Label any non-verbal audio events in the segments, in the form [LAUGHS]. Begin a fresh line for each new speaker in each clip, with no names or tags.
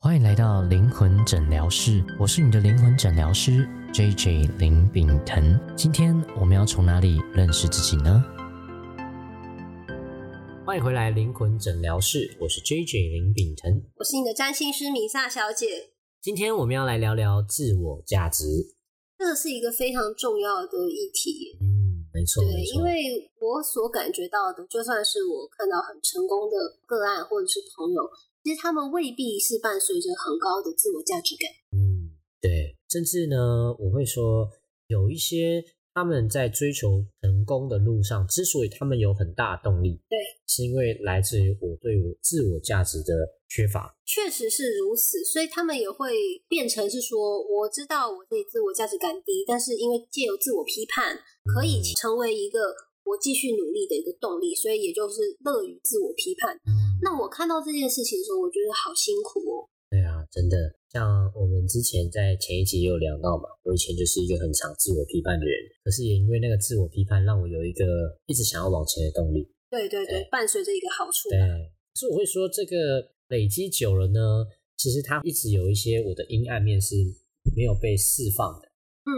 欢迎来到灵魂诊疗室，我是你的灵魂诊疗师 J J 林炳腾。今天我们要从哪里认识自己呢？欢迎回来灵魂诊疗室，我是 J J 林炳腾。
我是你的占星师米萨小姐。
今天我们要来聊聊自我价值。
这是一个非常重要的议题，
嗯，没错，
对
没，错
因为我所感觉到的，就算是我看到很成功的个案或者是朋友，其实他们未必是伴随着很高的自我价值感。
嗯，对，甚至呢，我会说有一些他们在追求成功的路上，之所以他们有很大的动力，
对，
是因为来自于我对我自我价值的缺乏。
确实是如此，所以他们也会变成是说，我知道我自己自我价值感低，但是因为借由自我批判，可以
嗯
成为一个我继续努力的一个动力，所以也就是乐于自我批判。嗯那我看到这件事情的时候，我觉得好辛苦哦。
对啊，真的，像我们之前在前一集也有聊到嘛，我以前就是一个很常自我批判的人，可是也因为那个自我批判，让我有一个一直想要往前的动力。
对对对，
对
伴随着一个好处吧。
对，所以我会说，这个累积久了呢，其实它一直有一些我的阴暗面是没有被释放的。
嗯，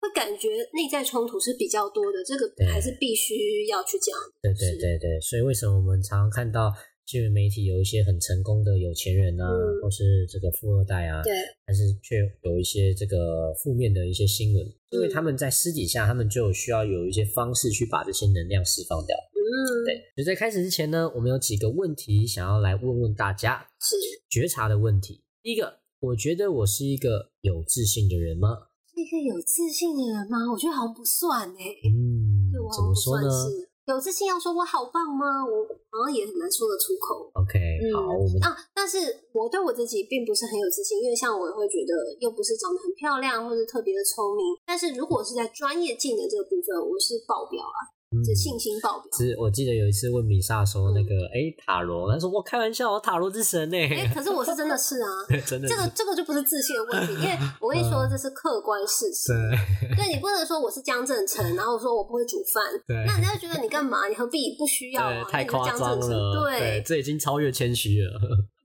会感觉内在冲突是比较多的，这个
对嗯
还是必须要去讲的。
对对
是
对对，所以为什么我们常常看到新闻媒体有一些很成功的有钱人啊，
嗯
或是这个富二代啊，
对
但是却有一些这个负面的一些新闻，因
嗯
为他们在私底下，他们就需要有一些方式去把这些能量释放掉。
嗯，
对，所以在开始之前呢，我们有几个问题想要来问问大家
是
觉察的问题。第一个，我觉得我是一个有自信的人吗？
是一个有自信的人吗？我觉得好像不算哎、
嗯
对我，
怎
好像
么
不
说呢
算是有自信。要说我好棒吗？我好像也很难说得出口。
？OK，
嗯
好，我们
啊，但是我对我自己并不是很有自信，因为像我也会觉得又不是长得很漂亮或者特别的聪明，但是如果是在专业技能这个部分，我是爆表啊，
嗯
这信嗯心爆表。
是我记得有一次问米莎说那个，哎、塔罗，他说我开玩笑，哦我塔罗之神呢、
哎、可是我是真的是啊，
[LAUGHS] 真的是
这个这个就不是自信的问题，因为我跟你说
嗯
这是客观事实。
对
对你不能说我是江正成，然后我说我不会煮饭，
对
那人家就觉得你干嘛？你何必不需要啊
对，？太
那你就
夸
江
张
正成
了，
对，
这已经超越谦虚了。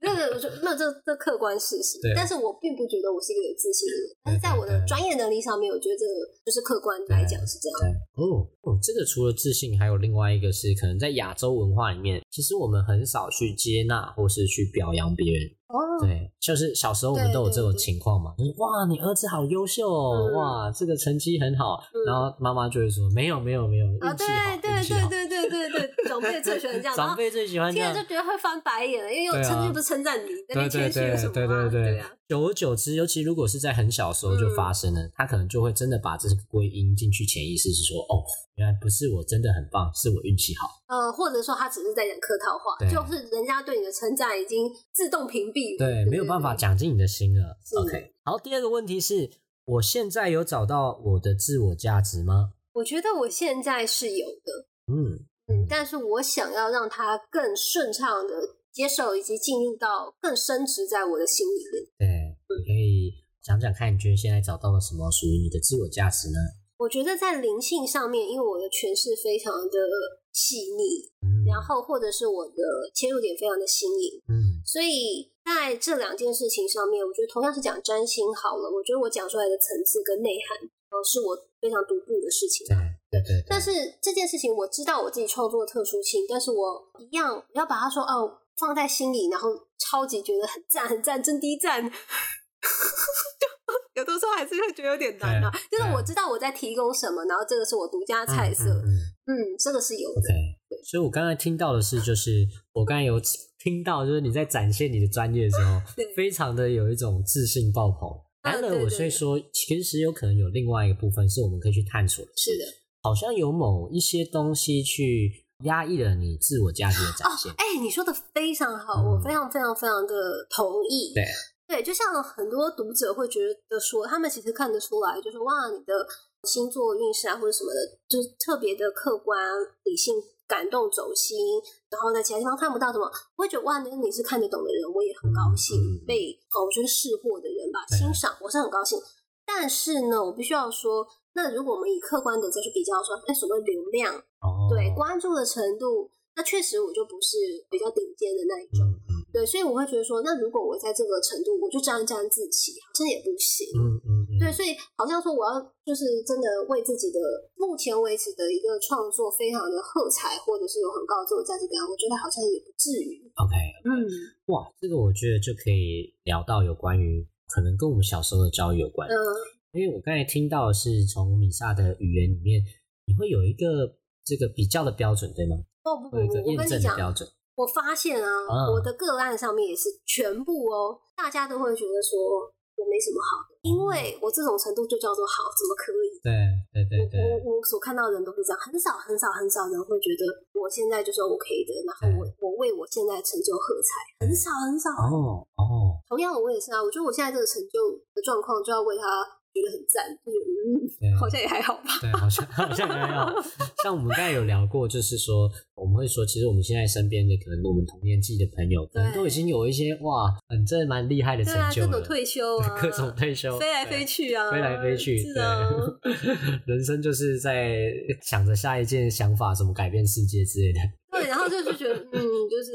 那个我就那这这客观事实
对。
但是我并不觉得我是一个有自信的人，但是在我的专业能力上面，我觉得这个就是客观来讲是这样。
对，哦哦，这个除了自信，还有另外一个是，可能在亚洲文化里面，其实我们很少去接纳或是去表扬别人。
哦，
对，就是小时候我们
对
都有这
对
种
对
情况嘛，就是哇，你儿子好优秀哦，
嗯
哇，这个成绩很好，
嗯
然后妈妈就会说没有没有没有，运
啊，
气
对
好，运气
对
好。
对对对对对，长辈最喜欢这
[LAUGHS]
样，然
长
后
辈最喜欢这
听
样
了，就觉得会翻白眼了，因
对
为又
啊
称又不是称赞你，那边谦虚有什么
对对
啊？对
对
啊，，嗯
久而久之，尤其如果是在很小的时候就发生了，他可能就会真的把这个归因进去潜意识，是说哦，原来不是我真的很棒，是我运气好。
呃，或者说他只是在讲客套话
对，
就是人家对你的称赞已经自动屏蔽了，
对，没有办法。讲进你的心了。
是
OK，好，第二个问题是，我现在有找到我的自我价值吗？
我觉得我现在是有的，
嗯
嗯，但是我想要让它更顺畅的接受，以及进入到更深植在我的心里面。
对，你可以讲讲看，你觉得现在找到了什么属于你的自我价值呢？
我觉得在灵性上面，因为我的诠释非常的细腻，
嗯
然后或者是我的切入点非常的新颖，
嗯
所以在这两件事情上面，我觉得同样是讲占星好了，我觉得我讲出来的层次跟内涵，呃，是我非常独步的事情。
对对对对，
但是这件事情我知道我自己创作的特殊性，但是我一样要把它说哦放在心里，然后超级觉得很赞很赞，真低赞。 [LAUGHS] 有的时候还是会觉得有点难啊，
对
就是我知道我在提供什么，然后这个是我独家菜色，
嗯嗯嗯
嗯，这个是有的，
OK，所以我刚才听到的是，就是我刚才有听到，就是你在展现你的专业的时候
[LAUGHS] 对，
非常的有一种自信爆棚。然
对
而，
对
我所以说，其实有可能有另外一个部分是我们可以去探索的，
是的。
好像有某一些东西去压抑了你自我价值的展现。
哎、你说的非常好，
嗯
我非常非常非常的同意。
对
对，就像很多读者会觉得说，他们其实看得出来，就是哇，你的星座运势啊或者什么的，就是特别的客观、理性、感动、走心，然后在其他地方看不到什么，我会觉得哇，那你是看得懂的人，我也很高兴、
嗯嗯
被哦，我觉得识货的人吧，
对
欣赏，我是很高兴。但是呢，我必须要说，那如果我们以客观的再去比较说，哎，所谓流量，
哦，
对关注的程度，那确实我就不是比较顶尖的那一种。
嗯嗯
对，所以我会觉得说，那如果我在这个程度，我就这样这样自己，好像也不行。
嗯嗯嗯，
对，所以好像说我要就是真的为自己的目前为止的一个创作非常的喝彩，或者是有很高的自我价值感，我觉得好像也不至于。
，OK，
嗯，
哇，这个我觉得就可以聊到有关于可能跟我们小时候的教育有关，
呃，
因为我刚才听到的是从米萨的语言里面，你会有一个这个比较的标准，对吗？
哦不不
会有一
不
个，
我
验
跟你
证的
讲，
标准。
我发现啊，
啊
我的个案上面也是全部哦，大家都会觉得说我没什么好的，
哦
因为我这种程度就叫做好，怎么可以？
对对对对，
我我我所看到的人都是这样，很少很少很少人会觉得我现在就是 OK 的，然后我我为我现在的成就喝彩，很少很少。
哦哦，
同样的我也是啊，我觉得我现在这个成就的状况就要为他觉得很赞，就是嗯，
对
好像也还好吧。
对，好像好像没
[LAUGHS]
有。像我们刚才有聊过，就是说我们会说，其实我们现在身边的可能我们同年纪的朋友，可能
对
都已经有一些哇，很真的蛮厉害的 [LAUGHS]
对
成
啊，
就
各
了，
种退休
[LAUGHS]
啊，
各种退休，
飞来
对
飞。去啊，
飞来飞去，
是啊，
对， [LAUGHS] 人生就是在想着下一件想法，怎么改变世界之类的。
对，然后就是觉得，嗯，就是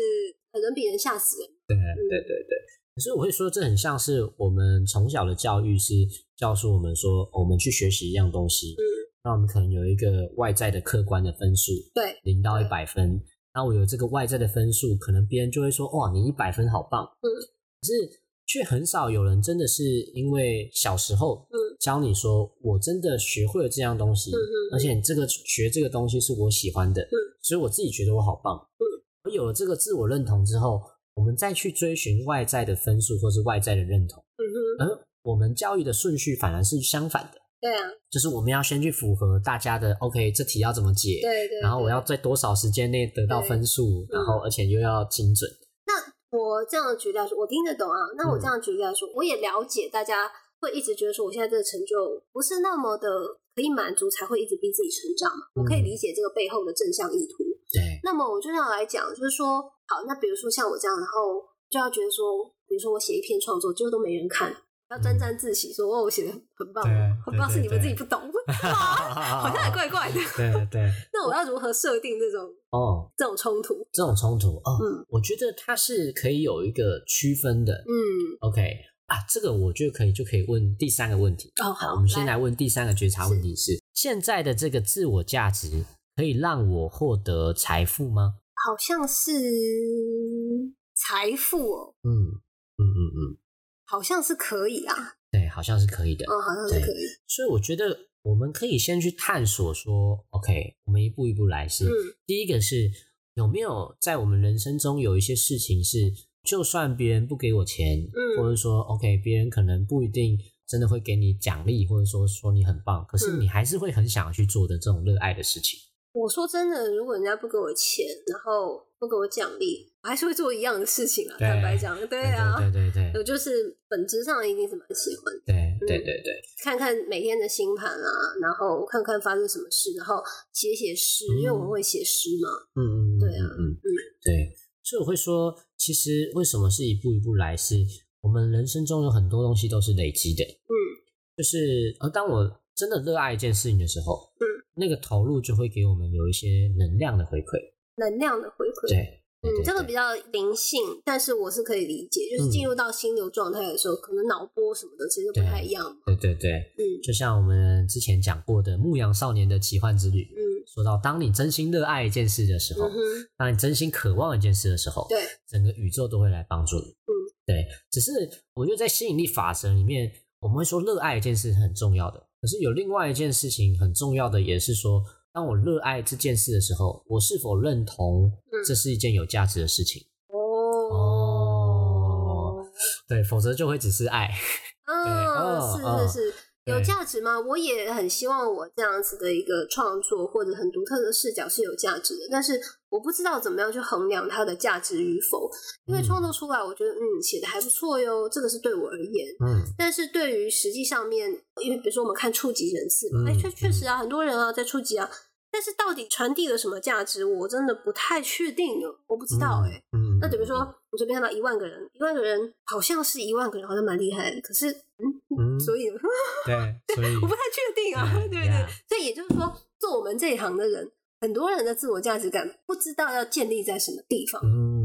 人比人吓死人。
[LAUGHS] 对对对对。可是我会说，这很像是我们从小的教育是告诉我们说，哦我们去学习一样东西，那我们可能有一个外在的客观的分数，
对，
零到一
对
百分，那我有这个外在的分数，可能别人就会说，哇，你一百分好棒。
嗯，
可是却很少有人真的是因为小时候
嗯
教你说，我真的学会了这样东西，
嗯嗯嗯
而且这个学这个东西是我喜欢的，所以我自己觉得我好棒。嗯，而有了这个自我认同之后，我们再去追寻外在的分数或是外在的认同，
嗯哼，
而我们教育的顺序反而是相反的，
对啊，
就是我们要先去符合大家的 OK，这题要怎么解，
对对。
然后我
对
要在多少时间内得到分数，
对嗯
然后而且又要精准。
我这样举例来说，我听得懂啊。那我
嗯
这样举例来说，我也了解大家会一直觉得说，我现在这个成就不是那么的可以满足，才会一直逼自己成长嘛。我可以
嗯
理解这个背后的正向意图。
[LAUGHS] 对，
那么我就要来讲，就是说，好，那比如说像我这样，然后就要觉得说，比如说我写一篇创作，结果都没人看，要沾沾自喜说，哦，我写的很棒
对
哦，很棒，
对
是你们
对
自己不
[LAUGHS]
懂，好
好
像也怪怪的。 [LAUGHS]
对对，
那我要如何设定这种
哦，
这种冲突？
这种冲突哦，
嗯
我觉得它是可以有一个区分的。
嗯，
OK 啊，这个我觉得可以就可以问第三个问题。
哦
好，我们先
来
来问第三个觉察问题是：现在的这个自我价值可以让我获得财富吗？
好像是财富哦，
嗯嗯嗯嗯，
好像是可以啊，
对，好像是可以的。
嗯，好像是可以，
所以我觉得我们可以先去探索说，OK，我们一步一步来是。
嗯
第一个是有没有在我们人生中有一些事情是，就算别人不给我钱，
嗯
或者说 OK，别人可能不一定真的会给你奖励，或者说说你很棒，可是
嗯
你还是会很想要去做的这种热爱的事情。
我说真的，如果人家不给我钱，然后不给我奖励，我还是会做一样的事情啊。
对
坦白讲，对啊，
对对对
我
对
就是本质上一定是蛮喜欢的，
对对对对
看看每天的星盘啊，然后看看发生什么事，然后写写诗，
嗯
因为我们会写诗嘛。
嗯嗯，嗯
对啊
嗯嗯，对，所以我会说，其实为什么是一步一步来，是我们人生中有很多东西都是累积的，
嗯，
就是呃，当我真的热爱一件事情的时候，
嗯，
那个投入就会给我们有一些能量的回馈，
能量的回馈。
对，对
嗯，这个比
较
较灵性，但是我是可以理解，就是进入到心流状态的时候，可能脑波什么的其实不太一样。
对对对，
嗯
就像我们之前讲过的《牧羊少年的奇幻之旅》，
嗯
说到当你真心热爱一件事的时候，
嗯哼，
当你真心渴望一件事的时候，
对，
整个宇宙都会来帮助你。嗯，对。只是我觉得在吸引力法则里面，我们会说热爱一件事很重要的，可是有另外一件事情很重要的，也是说，当我热爱这件事的时候，我是否认同
嗯
这是一件有价值的事情？
哦
哦，对，否则就会只是爱。
啊，
哦
是是是，
对
有价值吗？我也很希望我这样子的一个创作或者很独特的视角是有价值的，但是我不知道怎么样去衡量它的价值与否，因为
嗯
创作出来，我觉得嗯写的还不错哟，这个是对我而言。
嗯，
但是对于实际上面，因为比如说我们看触及人次嘛，
嗯
哎、确确实啊，很多人啊在触及啊，但是到底传递了什么价值，我真的不太确定呢，我不知道哎、
嗯。嗯，
那比如说，我这边看到一万个人，一万个人好像是一万个人，好像蛮厉害的。可是，嗯，
嗯，
所以我
对，所以
不太确定啊，
嗯
对不对
yeah
所以也就是说，做我们这一行的人，很多人的自我价值感不知道要建立在什么地方。
嗯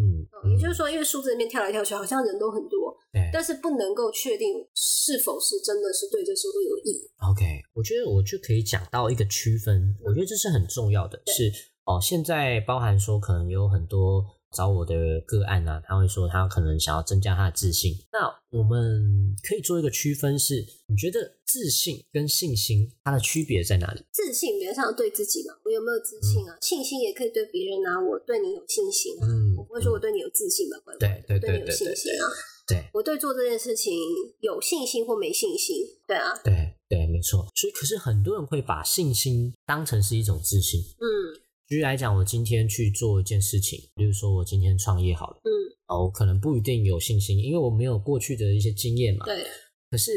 也就是说，因为数字里面跳来跳去，好像人都很多，
对
但是不能够确定是否是真的是对这社会有益。
OK，我觉得我就可以讲到一个区分，我觉得这是很重要的，
对
是哦，现在包含说可能有很多找我的个案啊，他会说他可能想要增加他的自信，那我们可以做一个区分是，你觉得自信跟信心它的区别在哪里？
自信比较像对自己嘛，我有没有自信啊？信心也可以对别人啊，我对你有信心啊。
嗯
我不会说我对你有自信吧，乖乖
对对
的，
对
对你有
对
信
对
心啊。
对
我对做这件事情有信心或没信心，对啊，
对对，没错。所以可是很多人会把信心当成是一种自信。
嗯
举例来讲，我今天去做一件事情，比如说我今天创业好了，
嗯，
哦，我可能不一定有信心，因为我没有过去的一些经验嘛。
对
可是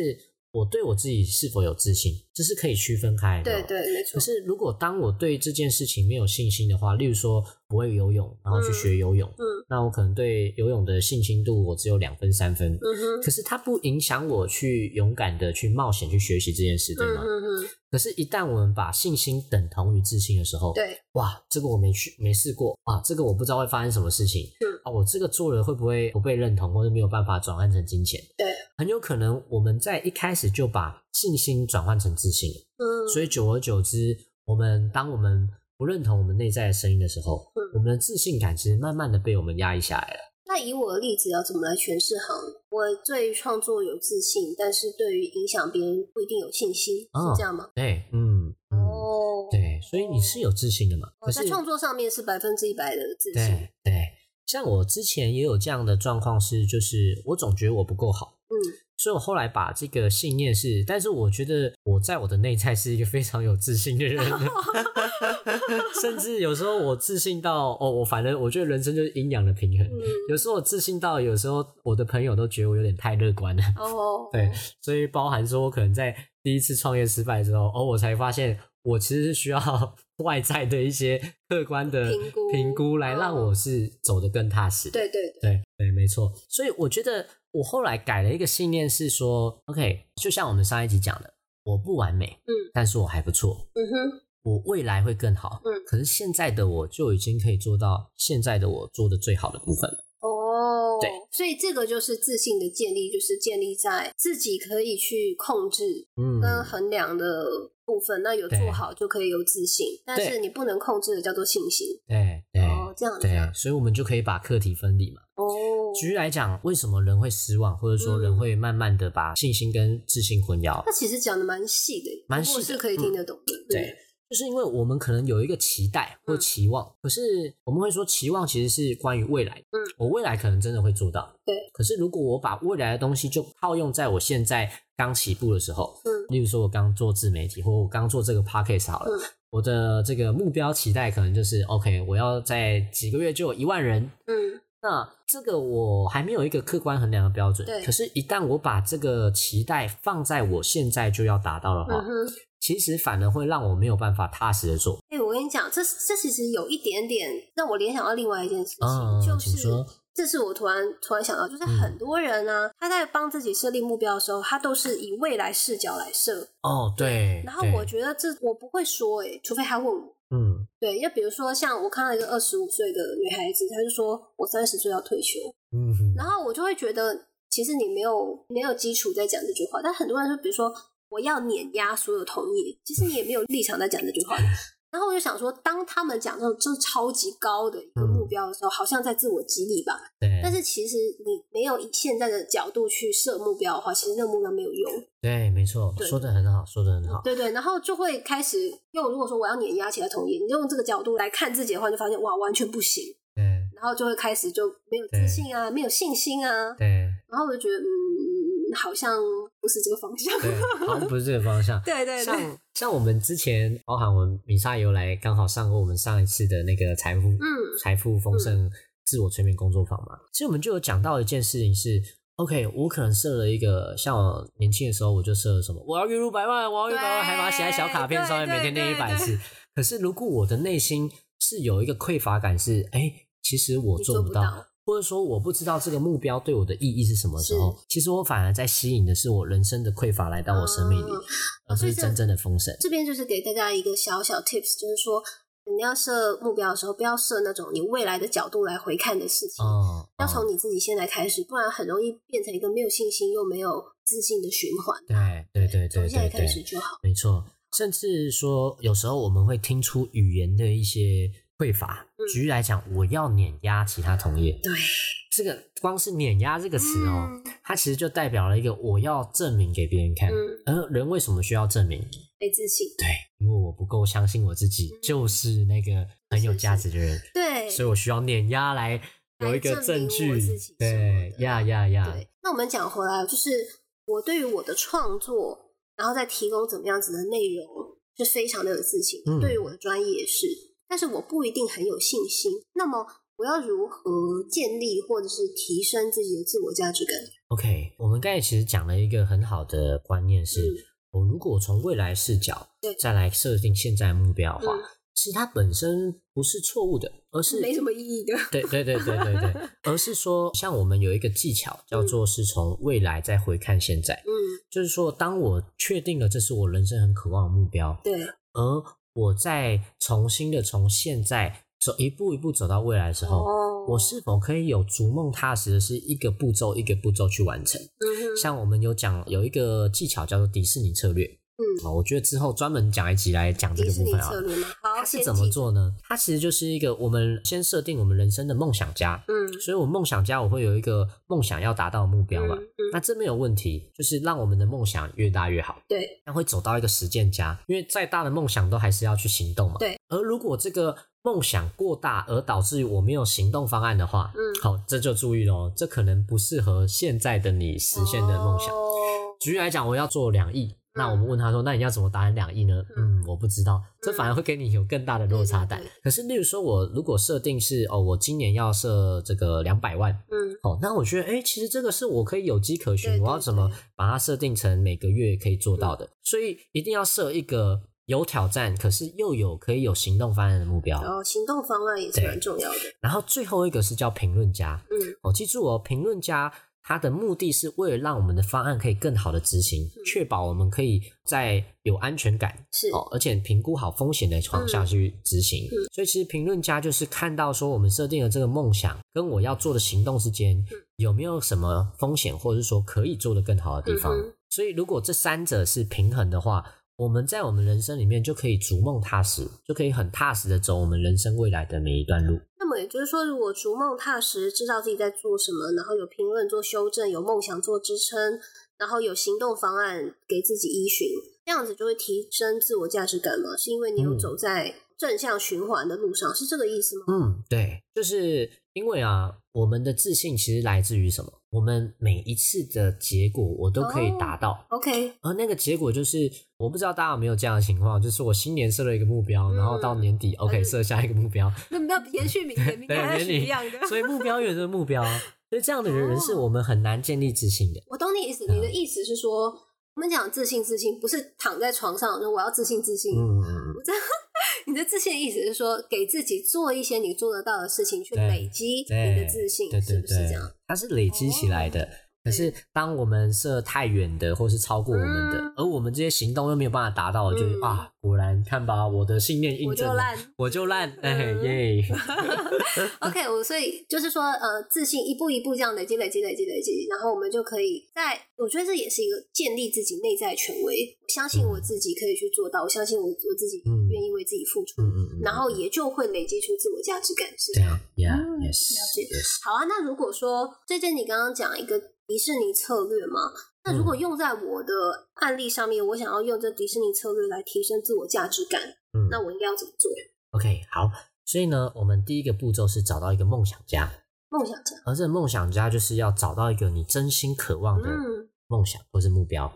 我对我自己是否有自信，这是可以区分开的哦、
对对，没
可
错，
是如果当我对这件事情没有信心的话，例如说不会游泳，然后去学游泳，
嗯
那我可能对游泳的信心度我只有两分三分。
嗯哼，
可是它不影响我去勇敢的去冒险去学习这件事，对
嗯
吗？
哼哼，
可是，一旦我们把信心等同于自信的时候，
对，
哇，这个我没去没试过啊，这个我不知道会发生什么事情，
嗯
啊，我这个做了会不会不被认同，或者没有办法转换成金钱？
对，
很有可能我们在一开始就把信心转换成自信了，
嗯，
所以久而久之，我们当我们不认同我们内在的声音的时候，
嗯
我们的自信感其实慢慢的被我们压抑下来了。
那以我的例子要怎么来诠释好呢？我对创作有自信，但是对于影响别人不一定有信心，
哦
是这样吗？
对，嗯，嗯，
哦，
对，所以你是有自信的嘛？
我
可
在
是
创作上面是百分之一百的自信，
对对，像我之前也有这样的状况是，就是我总觉得我不够好，
嗯
所以我后来把这个信念是，但是我觉得我在我的内在是一个非常有自信的人， [LAUGHS] 甚至有时候我自信到哦，我反正我觉得人生就是阴阳的平衡，
嗯，
有时候我自信到有时候我的朋友都觉得我有点太乐观了。
哦，
对，所以包含说，我可能在第一次创业失败之后，哦，我才发现我其实是需要 [LAUGHS] 外在的一些客观的
评估嗯
评估来让我是走得更踏实。
对对对，
对对，没错。所以我觉得我后来改了一个信念是说，OK，就像我们上一集讲的，我不完美，
嗯，
但是我还不错，
嗯哼，
我未来会更好，
嗯
可是现在的我就已经可以做到现在的我做的最好的部分了。
哦，
对，
所以这个就是自信的建立，就是建立在自己可以去控制
嗯，
跟衡量的部分。那有
对
做好就可以有自信，但是你不能控制的叫做信心。
对对、
哦，这样子
对
啊，，
所以我们就可以把课题分离嘛。
哦，
举例来讲，为什么人会失望，或者
嗯
说人会慢慢的把信心跟自信混淆
那，其实讲的蛮细的，
蛮细的嗯
不过是可以听得懂的。
对就是因为我们可能有一个期待
嗯
或期望，可是我们会说期望其实是关于未来，
嗯，
我未来可能真的会做到，
对。
可是如果我把未来的东西就套用在我现在刚起步的时候，
嗯
例如说我刚做自媒体，或我刚做这个 podcast 好了，
嗯
我的这个目标期待可能就是 OK，我要在几个月就有一万人，
嗯
那这个我还没有一个客观衡量的标准，
对
可是，一旦我把这个期待放在我现在就要达到的话，
嗯哼。
其实反而会让我没有办法踏实的做。
哎、我跟你讲，这这其实有一点点让我联想到另外一件事情，
嗯
就
请
是
说
这是我突然突然想到，就是
嗯
很多人呢、他在帮自己设定目标的时候，他都是以未来视角来设。
哦，对。
然后
对
我觉得这我不会说、欸，除非他问我。
嗯
对，就比如说像我看到一个二十五岁的女孩子，她就说我三十岁要退休，
嗯，
然后我就会觉得其实你没有没有基础在讲这句话，但很多人就比如说我要碾压所有同业，其实你也没有立场在讲这句话的。然后我就想说，当他们讲这种这超级高的一个目标的时候，好像在自我激励吧。
对，
但是其实你没有以现在的角度去设目标的话，其实那个目标没有用。
对，没错，
对
说的很好，说的很好。
对对，然后就会开始用，如果说我要碾压其他同业，你用这个角度来看自己的话，就发现哇，完全不行。
对
然后就会开始就没有自信啊，没有信心啊。
对
然后我就觉得，嗯，好像不是这个方向。。
[LAUGHS] 对，好像不是这个方向
对对对，
像像我们之前，包含我们米莎有来刚好上过我们上一次的那个财富
嗯
财富丰盛自我催眠工作坊嘛，其实我们就有讲到一件事情是，OK，我可能设了一个，像我年轻的时候我就设了什么，我要月入百万，我要月入百万，
对
还把它写在小卡片上面，
对
每天念一百
对
次。可是如果我的内心是有一个匮乏感是，哎，其实我
你
做
做
不
不
到。
到
或者说我不知道这个目标对我的意义是什么时候，其实我反而在吸引的是我人生的匮乏来到我生命里，
嗯
而不
所
是
以这
真正的丰盛。
这边就是给大家一个小小 tips，就是说，你要设目标的时候，不要设那种你未来的角度来回看的事情，
嗯，
要从
嗯
你自己现在开始，不然很容易变成一个没有信心又没有自信的循环。
嗯对对对
从
对
现在
对
开
对，
始就好。
没错，甚至说有时候我们会听出语言的一些匮乏。
嗯
举例来讲，我要碾压其他同业，
对，
这个光是“碾压”这个词哦，
嗯
它其实就代表了一个我要证明给别人看。
嗯，
而人为什么需要证明？
没自信。
对，因为我不够相信我自己，就是那个很有价值的人，
嗯对，
所以我需要碾压来有一个
来证
证
明
据
我自己。
对
什么，的
呀呀呀，
对，那我们讲回来，就是我对于我的创作，然后再提供怎么样子的内容，是非常的有自信。
嗯
对于我的专业也是，但是我不一定很有信心。那么我要如何建立或者是提升自己的自我价值感？
OK，我们刚才其实讲了一个很好的观念是，
嗯
我如果从未来视角
对
再来设定现在目标的话，
嗯
其实它本身不是错误的，而是
没什么意义的。
对对对对对对，而是说像我们有一个技巧叫做是从未来再回看现在，
[LAUGHS] 嗯，
就是说当我确定了这是我人生很渴望的目标，
对，
而我再重新的从现在走一步一步走到未来的时候，
哦
我是否可以有逐梦踏实的是一个步骤一个步骤去完成？
嗯哼
像我们有讲有一个技巧叫做迪士尼策略，
嗯
啊，我觉得之后专门讲一集来讲这
迪
个
士
部
尼
分啊
策。略吗？好，
它
先
是怎么
记？
做呢？它其实就是一个我们先设定我们人生的梦想家，
嗯，
所以我梦想家我会有一个梦想要达到的目标嘛
嗯，嗯
那这没有问题，就是让我们的梦想越大越好。
对，
那会走到一个实践家，因为再大的梦想都还是要去行动嘛。
对。
而如果这个梦想过大而导致于我没有行动方案的话，
嗯
好，这就注意喽，这可能不适合现在的你实现的梦想。
哦
举例来讲，我要做两亿，那我们问他说，那你要怎么达成两亿呢？
嗯
嗯，我不知道，这反而会给你有更大的落差感
对对。
可是，例如说，我如果设定是哦，我今年要设这个两百万。
嗯，
哦，那我觉得，哎，其实这个是我可以有迹可循，
对对
我要怎么
对嗯
把它设定成每个月可以做到的？所以一定要设一个有挑战，可是又有可以有行动方案的目标。
然后行动方案也是
对
蛮重要的。
然后最后一个是叫评论家，
嗯
哦，记住哦，评论家他的目的是为了让我们的方案可以更好的执行，
嗯
确保我们可以在有安全感
是
哦，而且评估好风险的情况下
嗯
去执行。所以其实评论家就是看到说我们设定的这个梦想跟我要做的行动之间
嗯
有没有什么风险，或者是说可以做得更好的地方。
嗯哼
所以如果这三者是平衡的话。我们在我们人生里面就可以逐梦踏实，就可以很踏实的走我们人生未来的每一段路。
那么也就是说，如果逐梦踏实，知道自己在做什么，然后有评论做修正，有梦想做支撑，然后有行动方案给自己依循，这样子就会提升自我价值感嘛？是因为你有
嗯
走在正向循环的路上，是这个意思吗？
嗯，对，就是因为啊，我们的自信其实来自于什么？我们每一次的结果，我都可以达到。 [LAUGHS]
OK，
而那个结果就是，我不知道大家有没有这样的情况，就是我新年设了一个目标，然后到年底、OK 设下一个目 [LAUGHS] 标，
那要延续明年，明
对，年底， [LAUGHS] 所以目标远的目标，啊所以这样的人
哦
是我们很难建立自信的。
我懂你意思，你的意思是说，我们讲自信，自信不是躺在床上说我要自信，自信，
嗯嗯嗯，
你的自信的意思是说，给自己做一些你做得到的事情，去
对
累积
对，
你的自信，
对
是
对
不是这
对
样？，哦
它是累积起来的。可是，当我们设太远的，或是超过我们的，
嗯
而我们这些行动又没有办法达到，就是
嗯
啊，果然看吧，我的信念印
我
证
就
了， [LAUGHS]
烂。
我就烂，哎
嗯 [LAUGHS]
耶，
OK，我所以就是说，呃，自信一步一步这样累积、累积、累积、累积，然后我们就可以在，我觉得这也是一个建立自己内在权威。我相信我自己可以去做到，我相信我我自己
嗯
愿意为自己付出，
嗯嗯嗯，
然后也就会累积出自我价值感，是
这样，yeah
嗯
yes
了解
yes，
好啊，那如果说最近你刚刚讲一个迪士尼策略嘛，那如果
嗯
用在我的案例上面，我想要用这迪士尼策略来提升自我价值感，
嗯
那我应该要怎么做？
，OK，好，所以呢，我们第一个步骤是找到一个梦想家，
梦想家，
而这个梦想家就是要找到一个你真心渴望的
嗯，
梦想或是目标，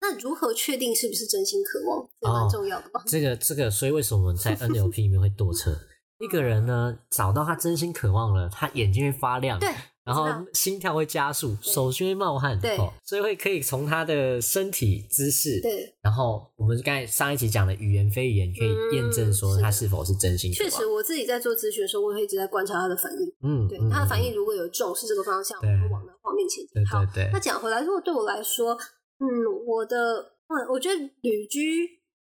那如何确定是不是真心渴望，这蛮
哦
重要的吧？
这个这个，所以为什么我们在 NLP 里面会堕车？一个人呢，找到他真心渴望了，他眼睛会发亮，
对，
然
我
后
知道
心跳会加速，手心会冒汗，
对
哦，所以会可以从他的身体姿势，
对，
然后我们刚才上一集讲的语言非语言，可以验证说
嗯
他
是
是否是真心渴
确
望。
实我自己在做咨询的时候，我会一直在观察他的反应，
嗯，
对
嗯
他的反应
嗯
如果有重视这个方向，我
对
会往那方面前
对
进。好，
对
那
对，
讲回来，如果对我来说，嗯，我的嗯，我觉得旅居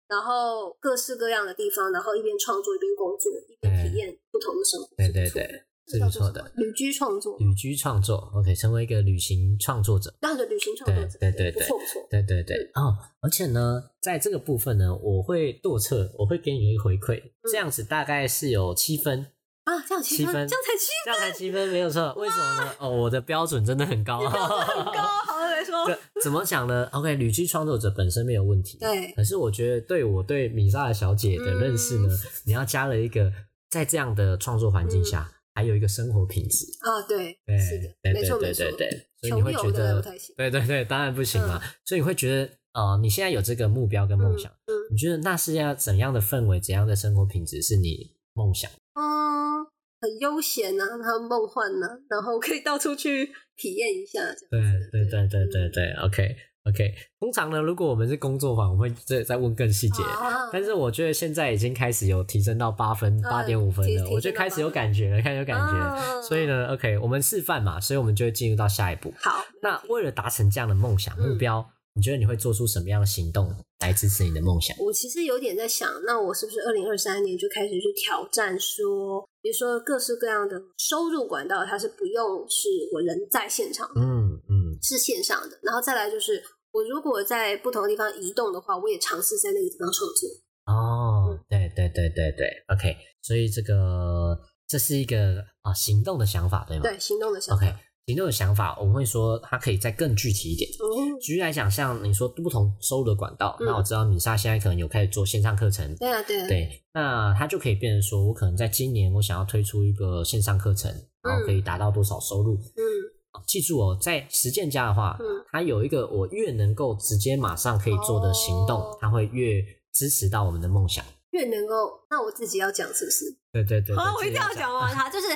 然后各式各样的地方，然后一边创作一边工作，一边体验不同的生活。
对对对，是不错的。
旅居创作，
旅居创作，OK，成为一个旅行创作者。
当然，旅行创作者，
对对对
不错不错。
对对对，哦，而且呢，在这个部分呢，我会舵测，我会给你一个回馈，这样子大概是有七分，
啊，这样七
七
分，
分
这样才七
这样才七分没有错。为什么呢？哦，我的标准真的很高，
分很高，好像来说，
[LAUGHS] 这怎么讲呢？OK，旅居创作者本身没有问题，
对，
可是我觉得对我对米莎的小姐的认识呢，你要加了一个在这样的创作环境下，还有一个生活品质。
啊，对，
对，
是的，
对
没
对
错
对
没错
对，对，所以你
穷
会觉
游的
得
不，太行。
对
嗯
对对，当然不行嘛。所以你会觉得，呃，你现在有这个目标跟梦想，
嗯嗯
你觉得那是要怎样的氛围、怎样的生活品质是你梦想？
嗯，很悠闲呐、然后梦幻呐、啊然后可以到处去体验一下。这
对
样子
对对对对
嗯
对，OK OK。通常呢，如果我们是工作坊，我们会再再问更细节。
啊
但是我觉得现在已经开始有提升到八分、
嗯
八点五分
提提
了，
升
我就
到
开始
8
有
分
感觉了，开始有感觉了。
啊
所以呢，OK，我们示范嘛，所以我们就会进入到下一步。
好，
那为了达成这样的梦想
嗯
目标，你觉得你会做出什么样的行动来支持你的梦想？
我其实有点在想，那我是不是二零二三年就开始去挑战说，比如说各式各样的收入管道，它是不用是我人在现场，
嗯嗯，
是线上的。然后再来就是，我如果在不同的地方移动的话，我也尝试在那个地方创作。嗯
哦，对对对对对，OK，所以这个这是一个啊行动的想法，对吗？
对，行动的想法。
，OK，行动的想法，我们会说它可以再更具体一点。
嗯，
举例来讲，像你说不同收入的管道，
嗯
那我知道米莎现在可能有开始做线上课程，
对啊，对啊，
对，那它就可以变成说，我可能在今年我想要推出一个线上课程，然后可以达到多少收入，
嗯
记住哦，在实践家的话，
嗯
它有一个我越能够直接马上可以做的行动，
哦
它会越支持到我们的梦想。
越能够，那我自己要讲是不是？
对对对，
啊，
对
我一定要。
[LAUGHS]
讲完它，就是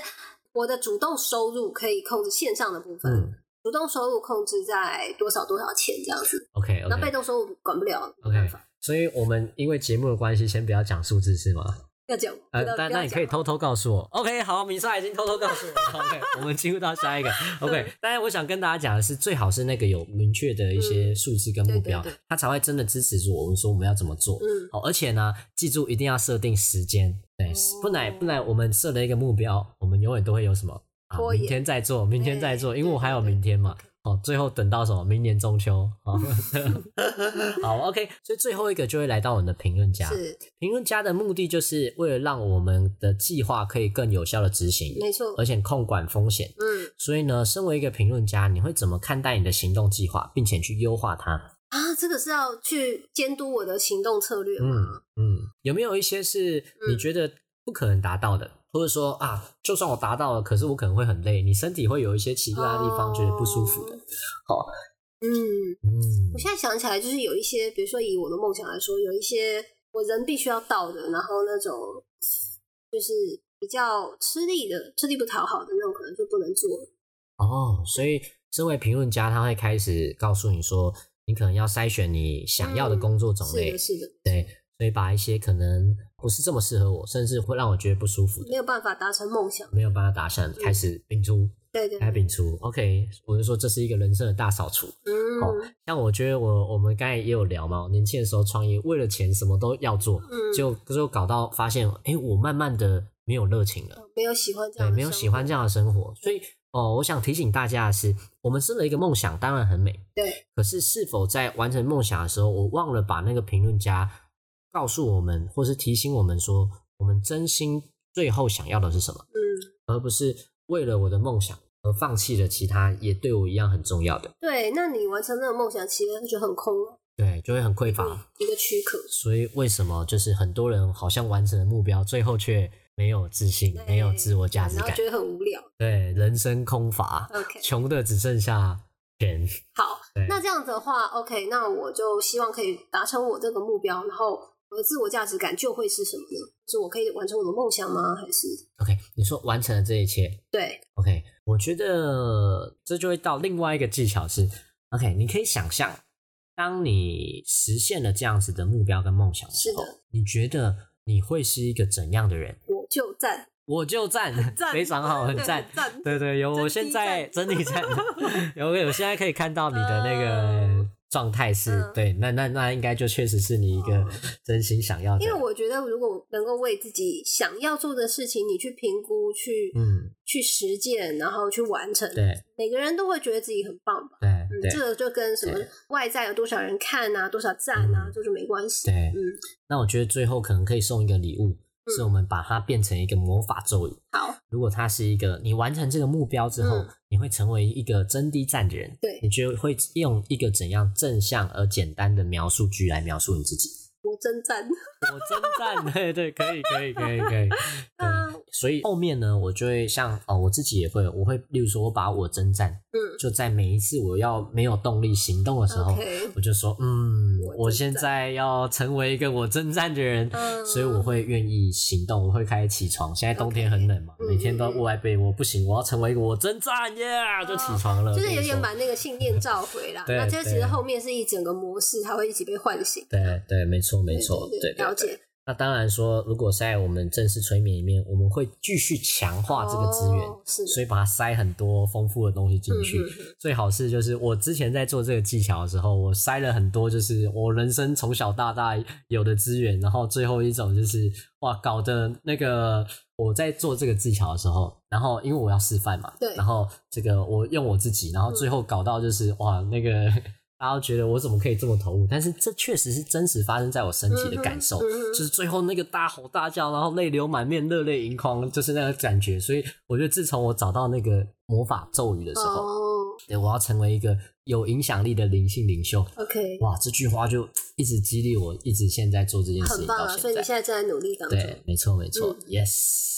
我的主动收入可以控制线上的部
这
分，
个嗯
主动收入控制在多少多少钱这样子，
，OK
那被
OK
动收入管不了，没办
OK
法。。
所以我们因为节目的关系，先不要讲数字是吗？
要讲，
呃
不要，
但
不要
那你可以
讲
偷偷告诉我。OK，好，米莎已经偷偷告诉我了。OK，我
[LAUGHS]
们进入到下一个。OK，当然
嗯
我想跟大家讲的是，最好是那个有明确的一些数字跟目标
嗯对对对，
它才会真的支持住我们说我们要怎么做。
嗯
好，哦而且呢，记住一定要设定时间，对，不
哦
然不然我们设了一个目标，我们永远都会有什么啊，
拖延
明天再做，明天再做，
哎
因为我还有
对对
明天嘛。哦，最后等到什么？明年中秋。
[LAUGHS]
好， [LAUGHS] 好，OK。所以最后一个就会来到我们的评论家。
是
评论家的目的就是为了让我们的计划可以更有效的执行，
没错，
而且控管风险。
嗯
所以呢，身为一个评论家，你会怎么看待你的行动计划，并且去优化它？
啊，这个是要去监督我的行动策略
嗯
吗？
嗯，有没有一些是你
嗯
觉得不可能达到的，或者说啊，就算我达到了，可是我可能会很累，你身体会有一些奇怪的地方，
哦
觉得不舒服的。好，
嗯，
嗯
我，现在想起来，就是有一些，比如说以我的梦想来说，有一些我人必须要到的，然后那种就是比较吃力的、吃力不讨好的那种，可能就不能做了。
哦，所以身为评论家，他会开始告诉你说，你可能要筛选你想要的
嗯
工作种
是
类
的，。是的，
对，所以把一些可能不是这么适合我，甚至会让我觉得不舒服的，
没有办法达成梦想。
没有办法达
嗯
成，开始摒除，
对对，
开始摒除。OK，我就说这是一个人生的大扫除。
嗯
好像我觉得我我们刚才也有聊嘛，我年轻的时候创业，为了钱什么都要做，
嗯，
就就搞到发现，哎，我慢慢的没有热情了。
哦没有喜欢这样
对，
的，
没有喜欢这，样的生活。所以哦，我想提醒大家的是，我们生了一个梦想，当然很美，
对。
可是是否在完成梦想的时候，我忘了把那个评论家告诉我们，或是提醒我们说，我们真心最后想要的是什么，
嗯，
而不是为了我的梦想而放弃了其他也对我一样很重要的，
对。那你完成这个梦想，其实就很空了，
对，就会很匮乏。
一个躯壳。
所以为什么就是很多人好像完成了目标，最后却没有自信，没有自我价值
然
感
后，觉得很无聊。
对，人生空乏。
OK，
穷的只剩下钱。
好，
对，
那这样子的话，OK，那我就希望可以达成我这个目标，然后我的自我价值感就会是什么呢？是我可以完成我的梦想吗？还是
OK，你说完成了这一切
对，
，OK，我觉得这就会到另外一个技巧是，OK，你可以想象，当你实现了这样子的目标跟梦想的时候
是的，
你觉得你会是一个怎样的人？
我就赞
我就赞，
赞，
非常好，很
对 [LAUGHS]
赞。
赞， [LAUGHS]
对对，有，我现在真
真
的赞，有，我现在可以看到你的那个
哦
状态是、
嗯哦
对，那那那应该就确实是你一个真心想要的，
[LAUGHS] 因为我觉得，如果能够为自己想要做的事情，你去评估、去、
嗯，
去实践，然后去完成，
对
每个人都会觉得自己很棒吧。
对
嗯，这
对
个就跟什么
对
外在有多少人看啊、多少赞啊，
嗯
就是没关系。
对，
嗯，
那我觉得最后可能可以送一个礼物，是我们把它变成一个魔法咒语。
好，
如果它是一个你完成这个目标之后，
嗯
你会成为一个真低赞的人，
对
你就会用一个怎样正向而简单的描述句来描述你自己。
我真赞。
我真赞， [LAUGHS] 对对，可以可以可以
[LAUGHS]
可以。
啊
对，所以后面呢，我就会像哦，我自己也会，我会，例如说，我把我真赞，
嗯
就在每一次我要没有动力行动的时候，
，OK，
我就说，嗯，
我
我
征
现
战
在要成为一个我征战的人，
嗯
所以我会愿意行动，我会开始起床。现在冬天
OK
很冷嘛，
嗯
每天都
嗯嗯
窝在被窝，不行，我要成为一个我征战耶就起床了，
哦就是有
跟你
点
说
把那个信念召回啦。
对
那这其实
对
后面是一整个模式，它会一起被唤醒。
对对，没错没错，
对
对，对
了。
对
解。
那当然说，如果在我们正式催眠里面，我们会继续强化这个资源，
哦是的，
所以把它塞很多丰富的东西进去。
嗯嗯
最好是就是我之前在做这个技巧的时候，我塞了很多，就是我人生从小到大有的资源，然后最后一种就是哇，搞得那个我在做这个技巧的时候，然后因为我要示范嘛，
对嗯
然后这个我用我自己，然后最后搞到就是、哇，那个 [LAUGHS] 大家都觉得我怎么可以这么投入？但是这确实是真实发生在我身体的感受，
嗯哼嗯哼
就是最后那个大吼大叫，然后泪流满面、热泪盈眶，就是那个感觉。所以我觉得，自从我找到那个魔法咒语的时候，
哦
对我要成为一个有影响力的灵性领袖。
，OK，
哇，这句话就一直激励我，一直现在做这件事
很
情
棒
到
啊！所以
现
你
在。
现在正在努力当中。
对，没错，没错、
嗯
y e s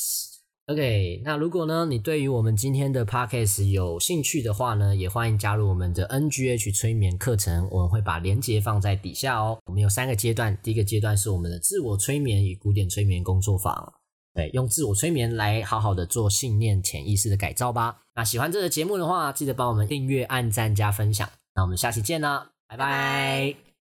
OK，那如果呢，你对于我们今天的 Podcast 有兴趣的话呢，也欢迎加入我们的 NGH 催眠课程，我们会把链接放在底下哦。我们有三个阶段，第一个阶段是我们的自我催眠与古典催眠工作坊。对，用自我催眠来好好的做信念潜意识的改造吧。那喜欢这个节目的话，记得帮我们订阅、按赞、加分享。那我们下期见啦，拜
拜
拜
拜